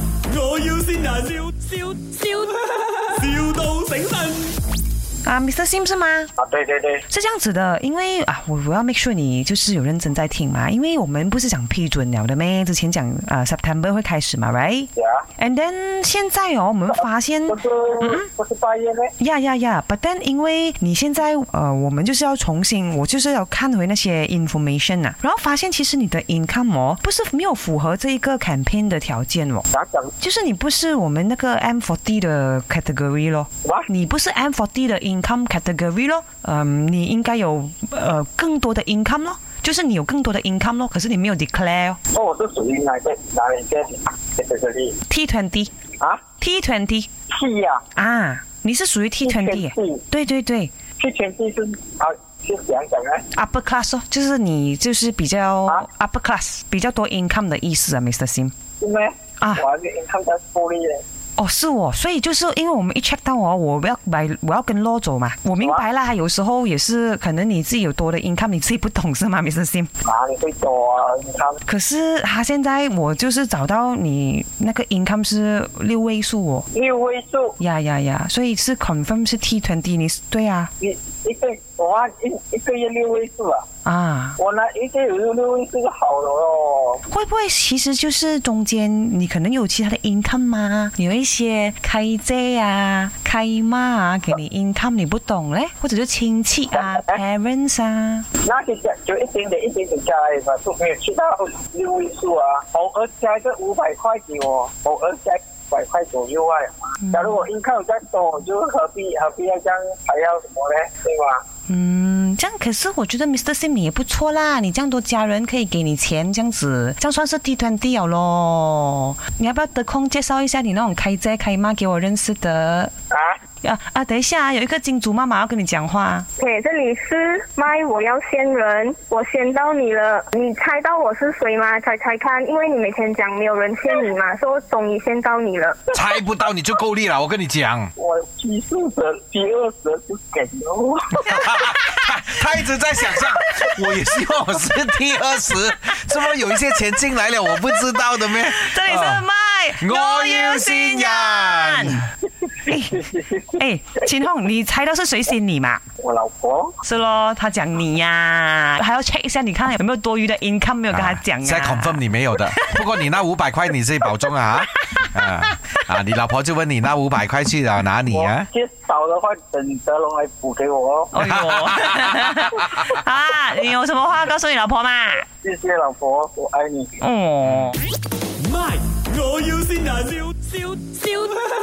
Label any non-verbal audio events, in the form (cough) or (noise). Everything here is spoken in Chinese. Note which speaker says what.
Speaker 1: 要先人，笑笑笑，,笑到醒神。
Speaker 2: 啊，Mr. Sims 吗？
Speaker 3: 啊，对对对，
Speaker 2: 是这样子的，因为啊，我我要 make sure 你就是有认真在听嘛，因为我们不是讲批准了的咩？之前讲啊、September 会开始嘛，right？And
Speaker 3: 对啊，
Speaker 2: then 现在哦，我们发现
Speaker 3: 不是不是八月呢？
Speaker 2: 呀呀呀！But then，因为你现在呃，我们就是要重新，我就是要看回那些 information 啊，然后发现其实你的 income 哦，不是没有符合这一个 campaign 的条件哦，
Speaker 3: 咋讲？
Speaker 2: 就是你不是我们那个 M40 的 category 咯，
Speaker 3: 哇，
Speaker 2: 你不是 M40 的 income category 咯，嗯，你应该有呃更多的 income 咯。就是你有更多的 income 咯，可是你没有 declare 哦
Speaker 3: 那我是属于哪个哪一个啊？这个这里
Speaker 2: T twenty
Speaker 3: 啊？
Speaker 2: T twenty
Speaker 3: 屁呀、
Speaker 2: 啊，你是属于 T
Speaker 3: 去
Speaker 2: twenty，
Speaker 3: 地，
Speaker 2: 对对对
Speaker 3: 去全地是啊，是怎样讲呢？
Speaker 2: ，upper class 哦，就是你就是比较
Speaker 3: 啊
Speaker 2: upper class，比较多 income 的意思啊，Mr. Sim。
Speaker 3: 是咩？
Speaker 2: 啊
Speaker 3: 我还是 income tax 福利呢。
Speaker 2: 哦，是我，所以就是因为我们一 check 到哦，我要买，我要跟 law 走嘛，我明白啦，有时候也是可能你自己有多的 income，你自己不懂是吗，Mr. Sim？
Speaker 3: 哪里会多啊？income
Speaker 2: 可是他现在我就是找到你那个 income 是六位数哦，
Speaker 3: 六位数，
Speaker 2: 呀呀呀，所以是 confirm 是 T twenty，你是对啊
Speaker 3: 一一个我按一一个月六位数啊，
Speaker 2: 啊。
Speaker 3: 我拿一个月六六位数就好了咯。
Speaker 2: 会不会其实就是中间你可能有其他的 income 吗？有一些开姐啊、开妈啊给你 income 你不懂嘞，或者是亲戚啊、parents 啊，
Speaker 3: 那就讲就一点点一点点加来吧，就没有去到六位数啊。偶尔加一个五百块给我，偶尔加五百块左右啊。
Speaker 2: 嗯
Speaker 3: 假如我 income 再多，我就何必何必要这样还要什么呢？对吗？
Speaker 2: 嗯，这样可是我觉得 Mr. Sim 你也不错啦，你这样多家人可以给你钱，这样子，这样算是 T 团 D 了咯。你要不要得空介绍一下你那种开姐开妈给我认识的？
Speaker 3: 啊？
Speaker 2: 啊啊，等一下啊，有一个金主妈妈要跟你讲话。
Speaker 4: 对，这里是麦，我要先人，我先到你了，你猜到我是谁吗？猜猜看，因为你每天讲没有人先你嘛，说终于先到你了。
Speaker 5: 猜不到你就够力了，我跟你讲， (laughs)
Speaker 3: 我七四折、七二折就给哦。
Speaker 5: 他一直在想象，我也希望我是第二十，怎么有一些钱进来了，我不知道的咩？
Speaker 2: 这里是
Speaker 5: 啊
Speaker 2: 麦，
Speaker 5: 我要先人。
Speaker 2: 哎，秦红，你猜到是谁先你嘛？
Speaker 3: (laughs) 我老婆
Speaker 2: 是咯，他讲你呀、还要 check 一下，你看有没有多余的 income 没有跟他讲啊？
Speaker 5: 再 confirm 你没有的。不过你那五百块你自己保重啊。啊啊！你老婆就问你那五百块去了哪里
Speaker 3: 我
Speaker 5: 啊？
Speaker 3: 借少的话，等德龙来补给我哦。
Speaker 2: 哎呦， (laughs) 啊，你有什么话告诉你老婆嘛？
Speaker 3: 谢谢老婆，我爱你。
Speaker 2: 哦。
Speaker 1: 卖，我要先人，笑笑笑，